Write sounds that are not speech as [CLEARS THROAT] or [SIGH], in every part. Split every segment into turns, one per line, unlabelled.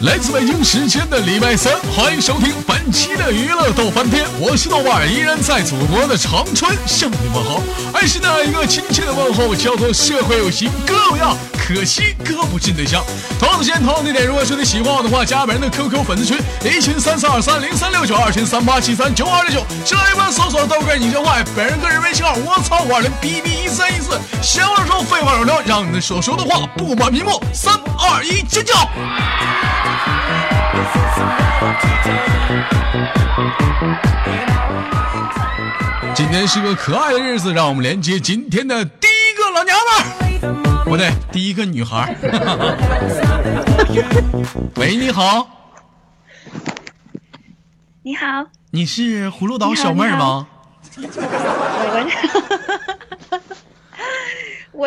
来自北京时间的礼拜三，欢迎收听本期的娱乐逗翻天，我是豆瓣儿，依然在祖国的长春向你们好，还是那一个亲切的问候，叫做社会有型哥有样，可惜哥不进对象。同样的时间，同样的地点，如果说你喜欢我的话，加本人的 QQ 粉丝群，一群三四二三零三六九，二群三八七三九二六九，这一关搜索豆哥你真坏，本人个人微信号我操五二零 B B 一三一四，闲话少说，废话少聊，让你所说的话布满屏幕，三二一，尖叫！今天是个可爱的日子，让我们连接今天的第一个老娘们儿，不对，第一个女孩儿。 [LAUGHS] 喂，你好，
你好，
你是葫芦岛小妹儿
你好
吗？
我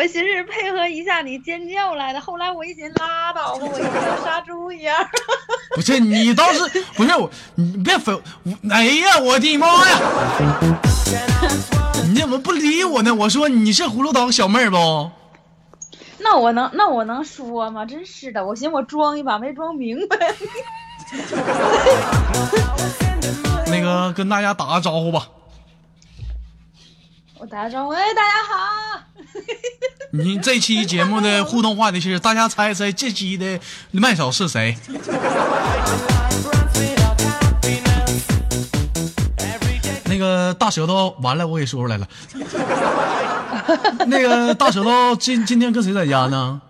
[LAUGHS] 我寻思配合一下你尖叫来的，后来我一寻拉倒吧，我一像杀猪一样。
不是，你倒是不是我，你别粉，我哎呀，我的妈呀！ [LAUGHS] 你怎么不理我呢？我说你是葫芦岛小妹儿不？
[LAUGHS] 那我能那我能说吗？真是的，我寻我装一把没装明 [LAUGHS] 白。
那个跟大家打个招呼吧。
我打个招呼，哎，大家好。
你这期节目的互动话题是，大家猜猜这期的麦嫂是谁？那个大舌头，完了我给说出来了。那个大舌头今今天跟谁在家呢？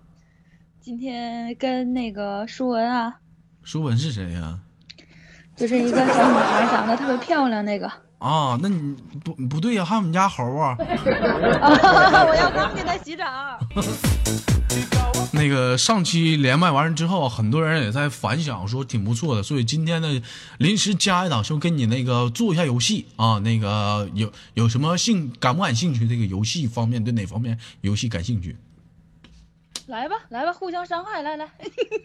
[LAUGHS] 今天跟那个舒文啊，
舒文是谁呀、
就是一个小女孩，长得特别漂亮那个。
啊？那你不不对呀、还有我们家猴啊。
[LAUGHS] 我要刚给她洗澡。
那个上期连麦完了之后，很多人也在反响，说挺不错的。所以今天呢，临时加一档，就跟你那个做一下游戏啊，那个有有什么兴感不感兴趣？这个游戏方面对哪方面游戏感兴趣？
[LAUGHS] 来吧，来吧，互相伤害，来来，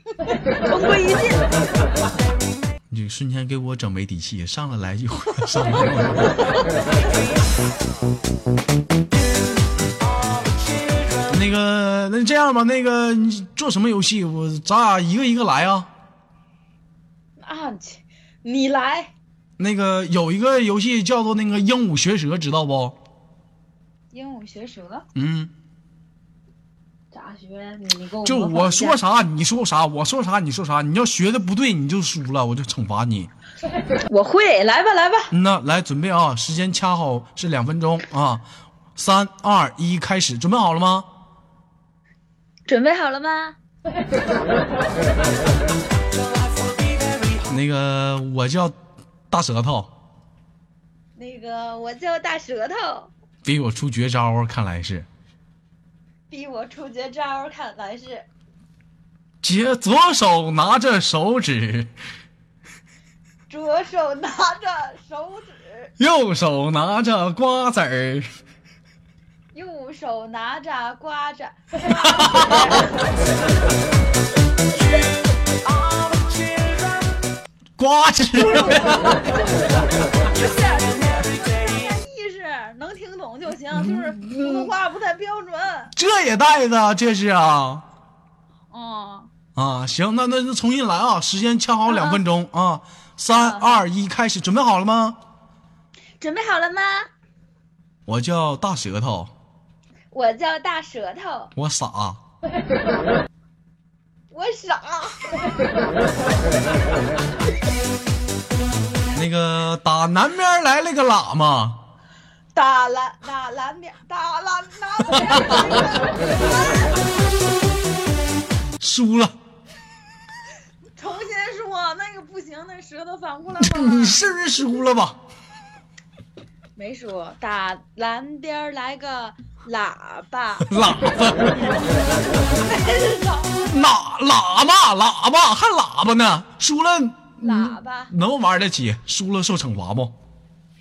[LAUGHS] 同归于尽。
你这瞬间给我整没底气，上来来一会儿， [LAUGHS] 上来来一会儿。 [LAUGHS] 那个，那这样吧，那个你做什么游戏？我咱俩一个一个来啊。
啊，切你来，
那个有一个游戏叫做那个鹦鹉学舌，知道不？
鹦鹉学舌，
嗯，
咋学？你你给我
就
模仿
我
一下
说啥你说啥，我说啥你说啥，你要学的不对你就输了，我就惩罚你。
[LAUGHS] 我会，来吧来吧，
嗯呐，来准备啊，时间掐好是两分钟啊，三二一，开始，准备好了吗？
准备好了吗？
那个我叫大舌头，
那个，我叫大舌头，
逼我出绝招啊，看来是。
逼我出绝招，看来是
姐左手拿着手指，
左手拿着手指，
右手拿着瓜子儿，
右手拿着瓜子，
瓜子儿。
啥意思？能听懂就行，
嗯
就是普通话不太标准。
这也带的，这是啊
嗯，
啊！行，那那那重新来啊，时间掐好两分钟啊，三二一，开始，准备好了吗？
准备好了吗？
我叫大舌头，
我叫大舌头，
我傻，
我傻，
那个打南边来了个喇嘛，
打蓝打蓝边，打蓝打蓝边。
输了，
重新说，那个不行，那舌头反过来
你
吧。
是不是输了吧？
没说，打蓝边儿来个喇叭，
喇叭，喇喇叭，喇叭还喇叭呢，输了
喇叭，
能玩得起，输了受惩罚不？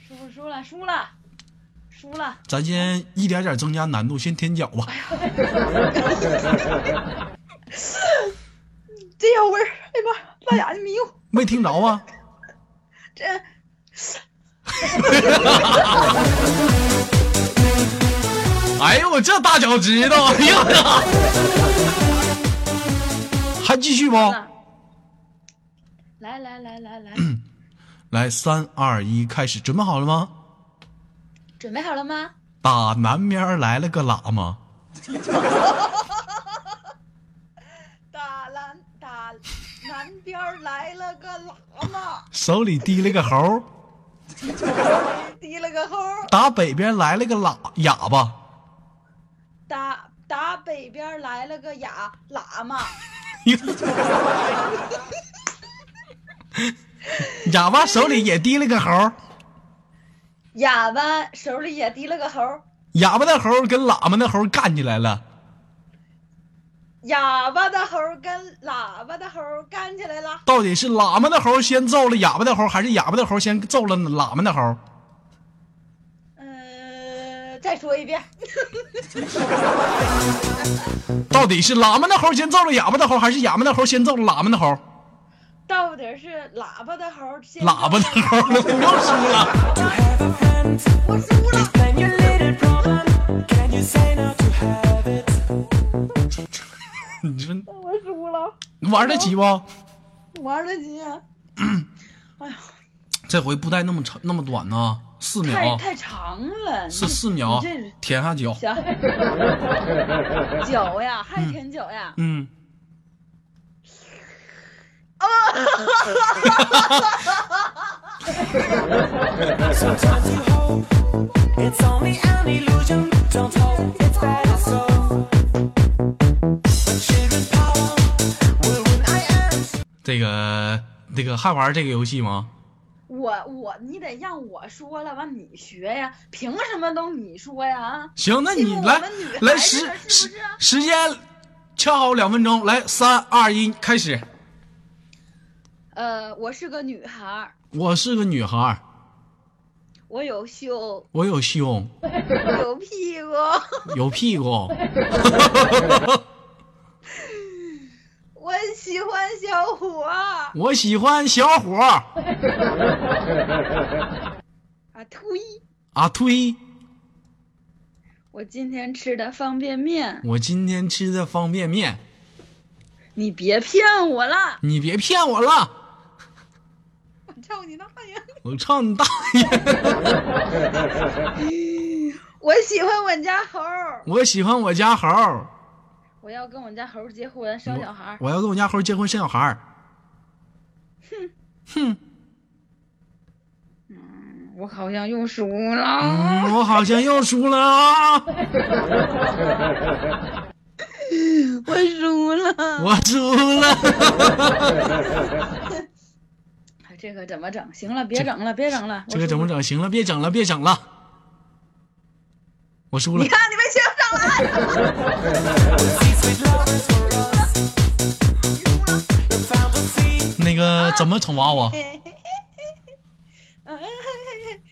输不输了？输了，输了。
咱先一点点增加难度，先踮脚吧。
这有味儿，他俩就没用。
没听着啊？
这
哎呦，我这大脚趾头， [LAUGHS] 哎呀，还继续不？
嗯来来来来来，
来，三二一，开始，准备好了吗？
准备好了吗？
打南面来了个喇嘛，
打南打南边儿来了个喇嘛，
手里提了个猴，
提了个猴儿。
打北边来了个喇哑巴。 [LAUGHS]
打打北边儿来了个哑喇嘛，
哑巴手里也提了个猴，
哑巴手里也提了个猴儿，
哑巴的猴跟喇嘛的猴干起来了。
哑巴的猴儿跟喇叭的猴儿干起来了。
到底是喇嘛的猴先揍了哑巴的猴，还是哑巴的猴先揍了喇嘛的猴？
呃，再说一遍， [LAUGHS]
到底是喇嘛的猴先揍了哑巴的猴，还是哑巴的猴先揍了喇嘛的猴？
到底是喇叭的猴儿先
喇叭的
揍
猴，
了 [LAUGHS]
我又输了。
我输了。
Can you let it run? Can you say no to have it?
你说
我输了，
玩得起不？
玩得急啊！哎呀，
这回不带那么长那么短呢，四
太
秒
太长了，
是
你
四秒
你这，
舔下脚。
行， [LAUGHS] 脚呀，还舔脚呀，
嗯，
Sometimes you hope it's only an illusion. Don't hope it's better so. But shit with power will win. I am.
这个这个还玩这个游戏吗？
我我你得让我说了，完你学呀，凭什么都你说呀啊？
行，那你
欺负我
来
们女孩子
来
的
时时
是不是啊
时间掐好两分钟，来三二一开始。
呃，我是个女孩儿，
我是个女孩儿，
我有胸，
我有胸，
有屁股， [LAUGHS]
有屁股，
我喜欢小伙儿
我喜欢小伙儿
啊！呸！
啊推。
我今天吃的方便面，
我今天吃的方便面，
你别骗
[LAUGHS]
我了！
你别骗我了，
我操你大爷！
我操你大 [LAUGHS] 爷！
我喜欢我家猴儿，
我喜欢我家猴儿，
我要跟我家猴儿结婚，生小孩儿。
我要跟我家猴儿结婚生小孩
[LAUGHS]
儿。
我好像又输了。
嗯，我好像又输了啊！ [LAUGHS] 嗯
我输了，
我输了， [LAUGHS]
哎这个怎么整？行了，别整了，别整了。
这个怎么
整？
整？行了，别整了，别整了，我输了
你。看你们学生了， [LAUGHS]
These sweet lovers for us.
你输了。
The fantasy
那个怎么惩罚
[LAUGHS]
我？
哎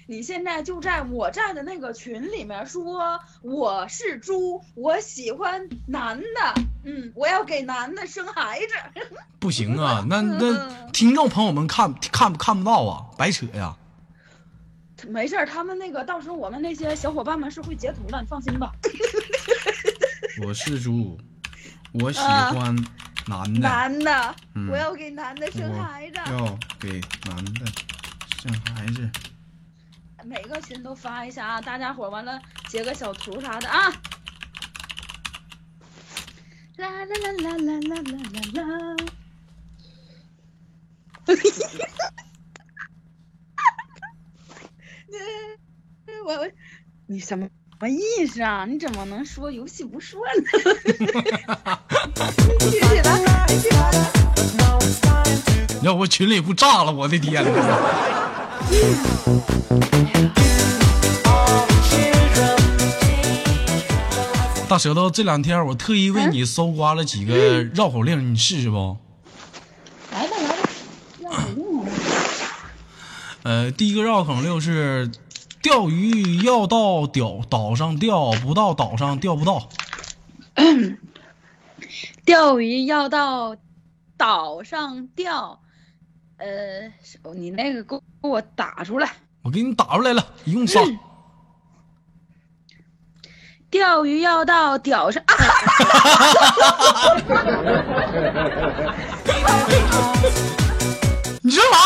你现在就在我站的那个群里面说我是猪，我喜欢男的，嗯，我要给男的生孩子。 [LAUGHS]
不行啊，那那听众朋友们看看看不到啊，白扯呀、
没事儿，他们那个到时候我们那些小伙伴们是会截图的，你放心吧。
我是猪，我喜
啊
欢男的，
[LAUGHS] 男的，
嗯
我要给男的生孩子。
我要给男的生孩子。
每个群都发一下啊，大家伙儿完了截个小图啥的啊。啦啦啦啦啦啦啦啦啦！ [LAUGHS] 我我，你什么什么意思啊？你怎么能说游戏不顺呢？ [LAUGHS] 继续来，继续来。
but now it's time to go.
要不群里不炸了，我的天呐！
All the children.
大舌头，这两天我特意为你搜刮了几个绕口令，你试试不？
来吧来吧，要我用啊
呃，第一个绕口令是：钓鱼要到岛岛上钓，不到岛上钓不到。
钓鱼要到岛上钓，呃，是哦你那个给我给我打出来。
我给你打出来了，一共仨。
钓鱼要到屌上啊！
你说啥？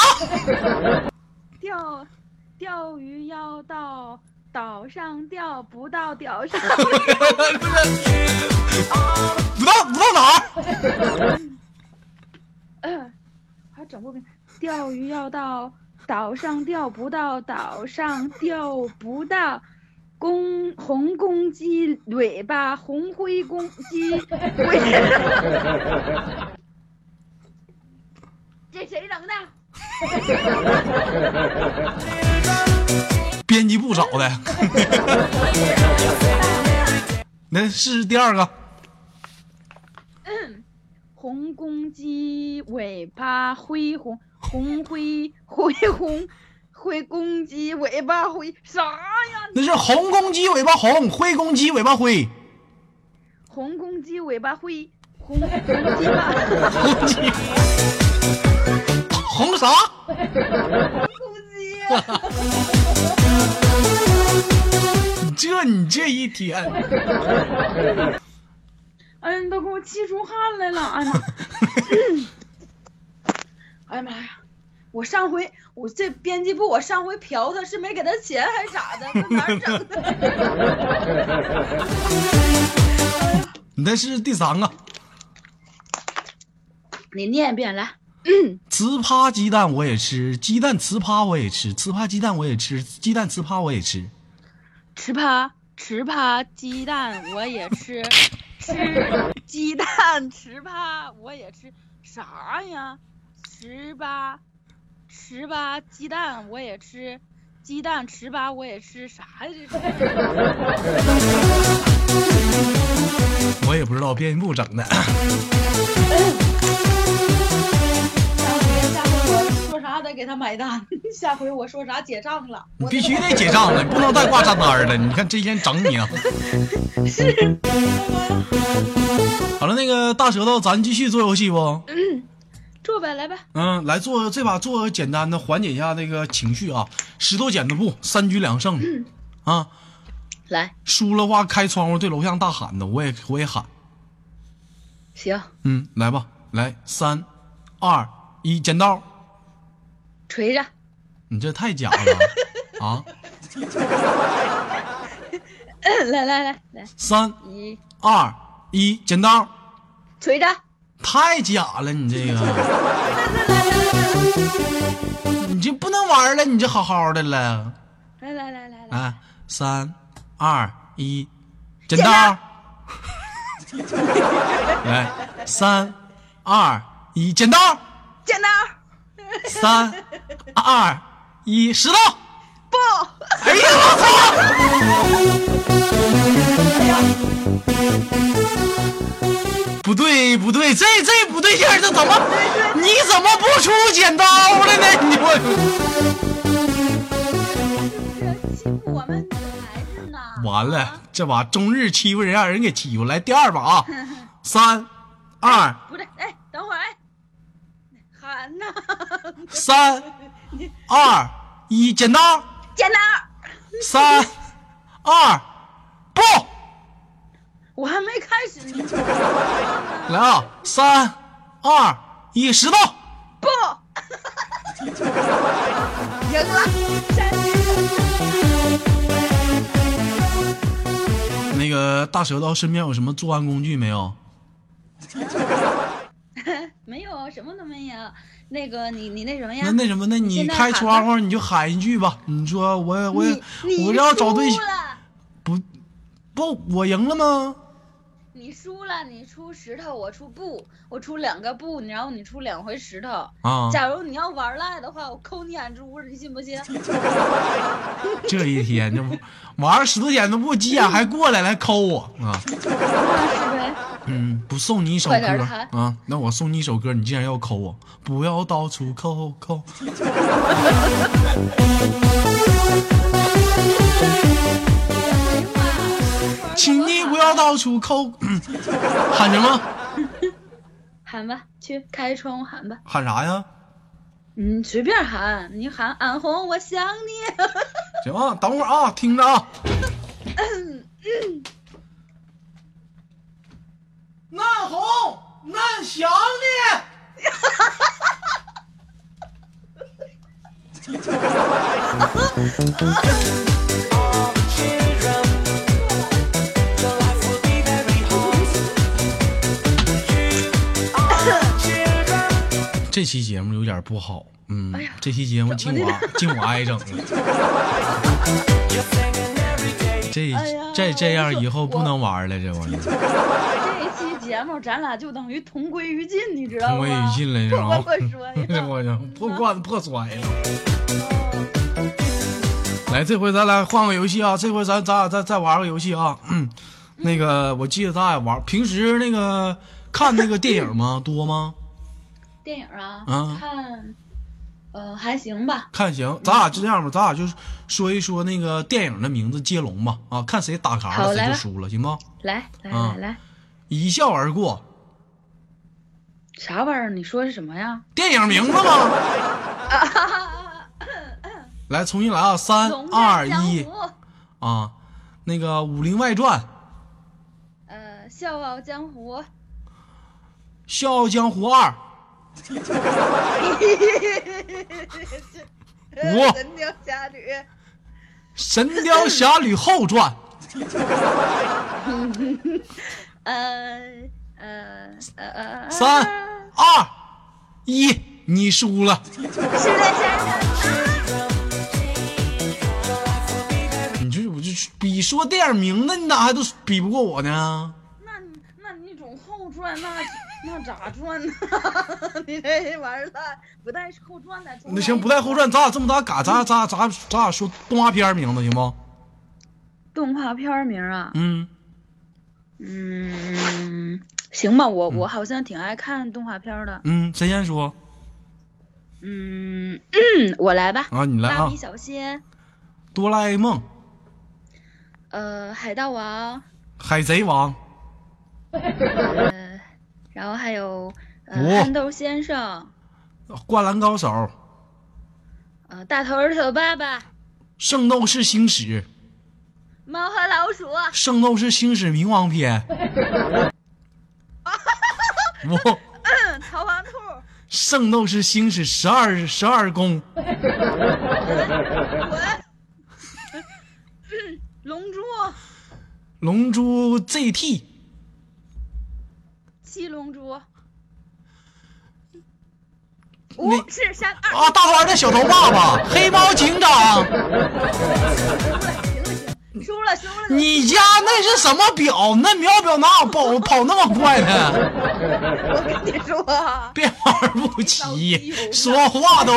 钓钓鱼要到岛上钓，不到屌上。
不到不到哪儿？
嗯，还整不明白。钓鱼要到岛上钓不到，岛上钓不到。公红公鸡尾巴，红灰公鸡尾。这谁整的？
编辑部找的。 [LAUGHS] 来试试第二个，
红公鸡尾巴灰红，红灰灰红，灰公鸡尾巴灰啥呀？
那是红公鸡尾巴红，灰公鸡尾巴灰，
红公鸡尾巴灰，红红鸡巴。
红鸡红啥？
公鸡。
这你这一天，
哎呀，你都给我气出汗来了！哎呀妈！ [COUGHS] 哎呀妈呀！我上回我这编辑部，我上回嫖他是没给他钱还是咋的？他哪儿整的？
你再试试第三个，
[LAUGHS] 你念一遍来。
糍粑鸡蛋我也吃，鸡蛋糍粑我也吃，糍粑鸡蛋我也吃，鸡蛋糍粑我也吃。
糍粑糍粑鸡蛋我也 [LAUGHS] 吃，吃鸡蛋糍粑我也吃，啥呀？糍粑糍粑鸡蛋我也吃，鸡蛋糍粑我也吃，啥呀？这是。
我也不知道编辑部整的。
下回下回我说啥得给他买单，下回我说啥结账了。
你必须得结账啊了，你不能再挂账单儿了。你看这些人整你啊！好了，那个大舌头，咱继续做游戏不？
坐呗，来呗。
嗯，来做这把做简单的，缓解一下那个情绪啊。石头剪子布，三局两胜、啊！
来，
输了话开窗户对楼下大喊的，我也我也喊。
行，
嗯，来吧，来三二一，剪刀！
锤着。
你这太假了啊！
来来来来，
三
一
二一，剪刀！
锤着。
太假了，你这个，你这不能玩了，你这好好的了。
来来来来来，
啊，三二一，剪
剪
刀
刀！
来，三二一，剪刀！
剪刀
三二一，石头！
不？
哎呀，我操！不对，不对，这这不对劲儿，这怎么？你怎么不出剪刀了呢？ [LAUGHS] 你我
欺负我们女孩子呢？
完了，这把终日欺负人，让人给欺负。来第二把啊，三二
不对，哎，等会儿，哎，喊呢？
三二一，剪刀！
剪刀，
三二不，
我还没开始呢。
来啊！三二一，石头！
不，赢了，三
那个大舌头身边有什么作案工具没有？
没有，什么都没有。那个，你你那什么哎呀？
那那什么，那你
现在
开
喊吧
窗户你就喊一句吧，你说我我
你
我要找对
你
象
输，了，
不不，我赢了吗？
你输了，你出石头，我出布，我出两个布，然后你出两回石头。
啊，
假如你要玩赖的话，我抠你眼珠子，你信不信？
这一天这不玩石头剪子布，急眼还过来来抠我啊！
那是呗。
嗯，不送你一首
快点
歌
儿弹
啊，那我送你一首歌，你竟然要抠我，不要到处抠抠。
哎呀妈！
请你不要到处抠，嗯 [COUGHS] 喊什么？
喊吧，去开窗户喊吧。
喊啥呀？
嗯，随便喊，你喊俺红，我想你。 [LAUGHS]
行啊，等会儿啊，听着啊。
难红难想你。
Children, your life will be very hard. You are children.
这期节目有点不好，嗯，这期节目
哎怎
净
么
我
的
净我挨
[LAUGHS]
整了。
You're singing every day.
这
哎呀
这这样
我
以后不能玩了，这玩意儿。
这一期节目，咱俩就等于同归于尽，你知道吗？
同归于尽了，你知道吗？
[LAUGHS] 我我
[LAUGHS]
说
这
呀，
我就破罐子破摔了。来，这回咱俩换个游戏啊！这回咱咱俩再再玩个游戏啊！ [CLEARS THROAT] 嗯，那个我记得咱俩玩，平时那个看那个电影
[LAUGHS]
吗？多吗？
电影啊，
啊
看，呃，还行吧。
看行，咱俩就这样吧，咱俩就说一说那个电影的名字接龙吧，啊，看谁打卡
好
了
来
谁就
吧
输了，行不？
来来
啊
来来，
一笑而过，
啥玩意儿？你说是什么呀？
电影名字吗？来，重新来啊！三
龙
二
战江
一
湖，
啊，那个《武林外传》《
呃，笑傲江湖，
笑傲江湖二》五
神雕侠侣，
《神雕侠侣后传》
呃呃呃呃， [LAUGHS]
三二一，你输了，
是的，是的，
你这我就比说电影名字，你咋还都比不过我呢？
那你那你总后传，那那咋转呢？ [LAUGHS] 你这玩意儿太不带后传的，
那行，不带后传，咱俩这么咱俩嘎，咱俩咱俩咱俩咱俩说动画片名字行不？
动画片儿名啊，
嗯，
嗯，行吧，我我好像挺爱看动画片儿的，
嗯，谁先说
嗯，我来吧，
啊？你来
蜡
啊
笔！小新，
哆啦 A 梦、
呃，海盗王，
海贼王、
呃，然后还有呃
五
憨豆先生，
灌篮高手、
呃，大头儿头爸爸，
圣斗士星矢、
猫和老鼠，
圣斗士星矢冥王篇。五，
嗯，逃亡兔，
圣斗士星矢十二十二宫、
嗯龙珠，
龙珠 ZT、
七龙珠，
那
五四三二，
啊，大丸的小头爸爸、黑猫警长，
行了行了，输了输了，
你家那是什么表？那秒表哪有跑跑那么快呢？
我跟你说啊，
别玩不齐，说话都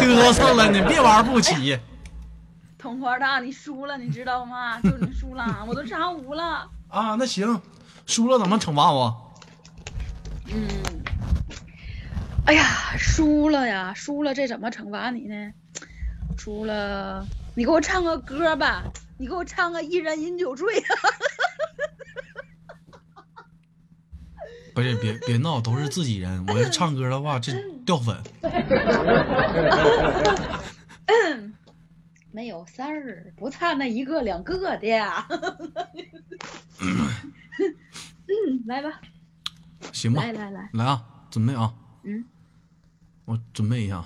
嘚瑟了，你别玩不齐。
同花大，你输了，你知道 [LAUGHS] 吗？就你输了，我都炸无了。
啊，那行，输了怎么惩罚我？
嗯，哎呀，输了呀，输了，这怎么惩罚你呢？输了，你给我唱个歌吧，你给我唱个《一人饮酒醉》
不是，别别闹，都是自己人。我要唱歌的话，这掉粉。
没有三儿，不差那一个两个的。
[LAUGHS]
嗯，来吧，
行吧
来，来来，
来啊，准备啊，
嗯，
我准备一下。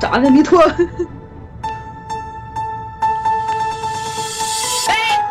咋的？你脱？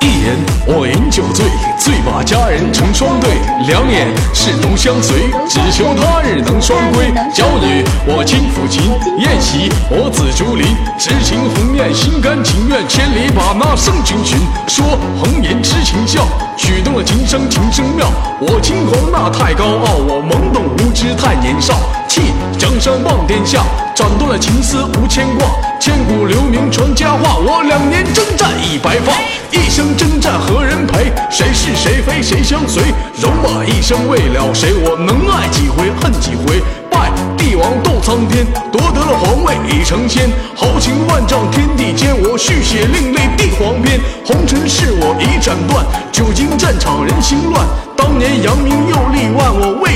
一人我饮酒醉，醉把佳人成双对。两眼是东相随，只求他日能双归。娇女我轻抚琴，宴席我紫竹林。痴情红颜心甘情愿，千里把那胜群寻。说红颜痴情笑，曲动了琴声情声妙。我轻狂那太高傲，我懵懂无知太年少。气江山望天下，斩断了情丝无牵挂。千古留名传佳话，我两年征战已白发。一生征战何人陪？谁是谁非谁相随？戎马一生为了谁？我能爱几回恨几回？拜帝王斗苍天，夺得了皇位已成仙。豪情万丈天地间，我续写另类帝皇篇。红尘事我已斩断，久经战场人心乱。当年扬名又立万，我为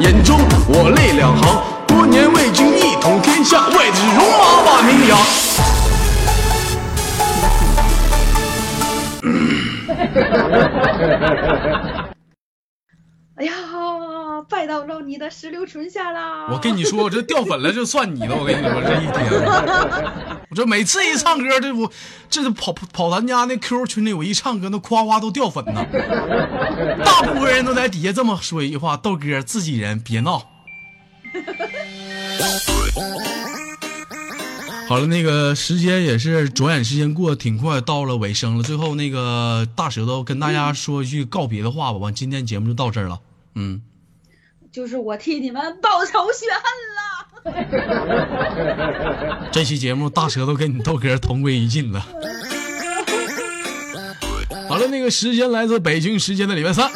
眼中我泪两行。多年为君一统天下，为的是戎马把名扬。
哎呀，拜倒到你的石榴唇下啦！
我跟你说，我这掉粉了就算你的，我跟你说这一天，我这每次一唱歌，这我这跑跑咱家那 QQ 群里，我一唱歌，那夸夸都掉粉呐。大部分人都在底下这么说一句话：“豆哥，自己人别闹。”好了，那个时间也是转眼之间过得挺快，到了尾声了。最后那个大舌头跟大家说一句告别的话吧，完今天节目就到这儿了。嗯，
就是我替你们报仇雪恨了。
这期节目大舌头跟你豆哥同归于尽了。好了，那个时间来自北京时间的礼拜三，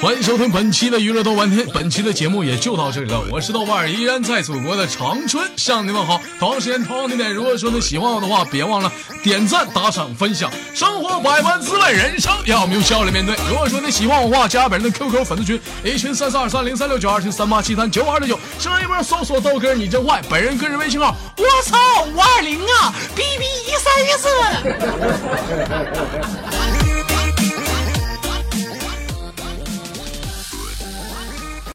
欢迎收听本期的娱乐豆瓣天，本期的节目也就到这里了。我是豆瓣儿，依然在祖国的长春向你们好。同样时间同样地点，如果说你喜欢我的话，别忘了点赞、打赏、分享。生活百般滋味，人生要我们用笑脸面对。如果说你喜欢我的话，加本人的 QQ 粉丝群，一群三三二三零三六九，二群三八七三九五二六九，上一波搜索豆哥你真坏，本人个人微信号，我操五二零啊，bb 一三一四。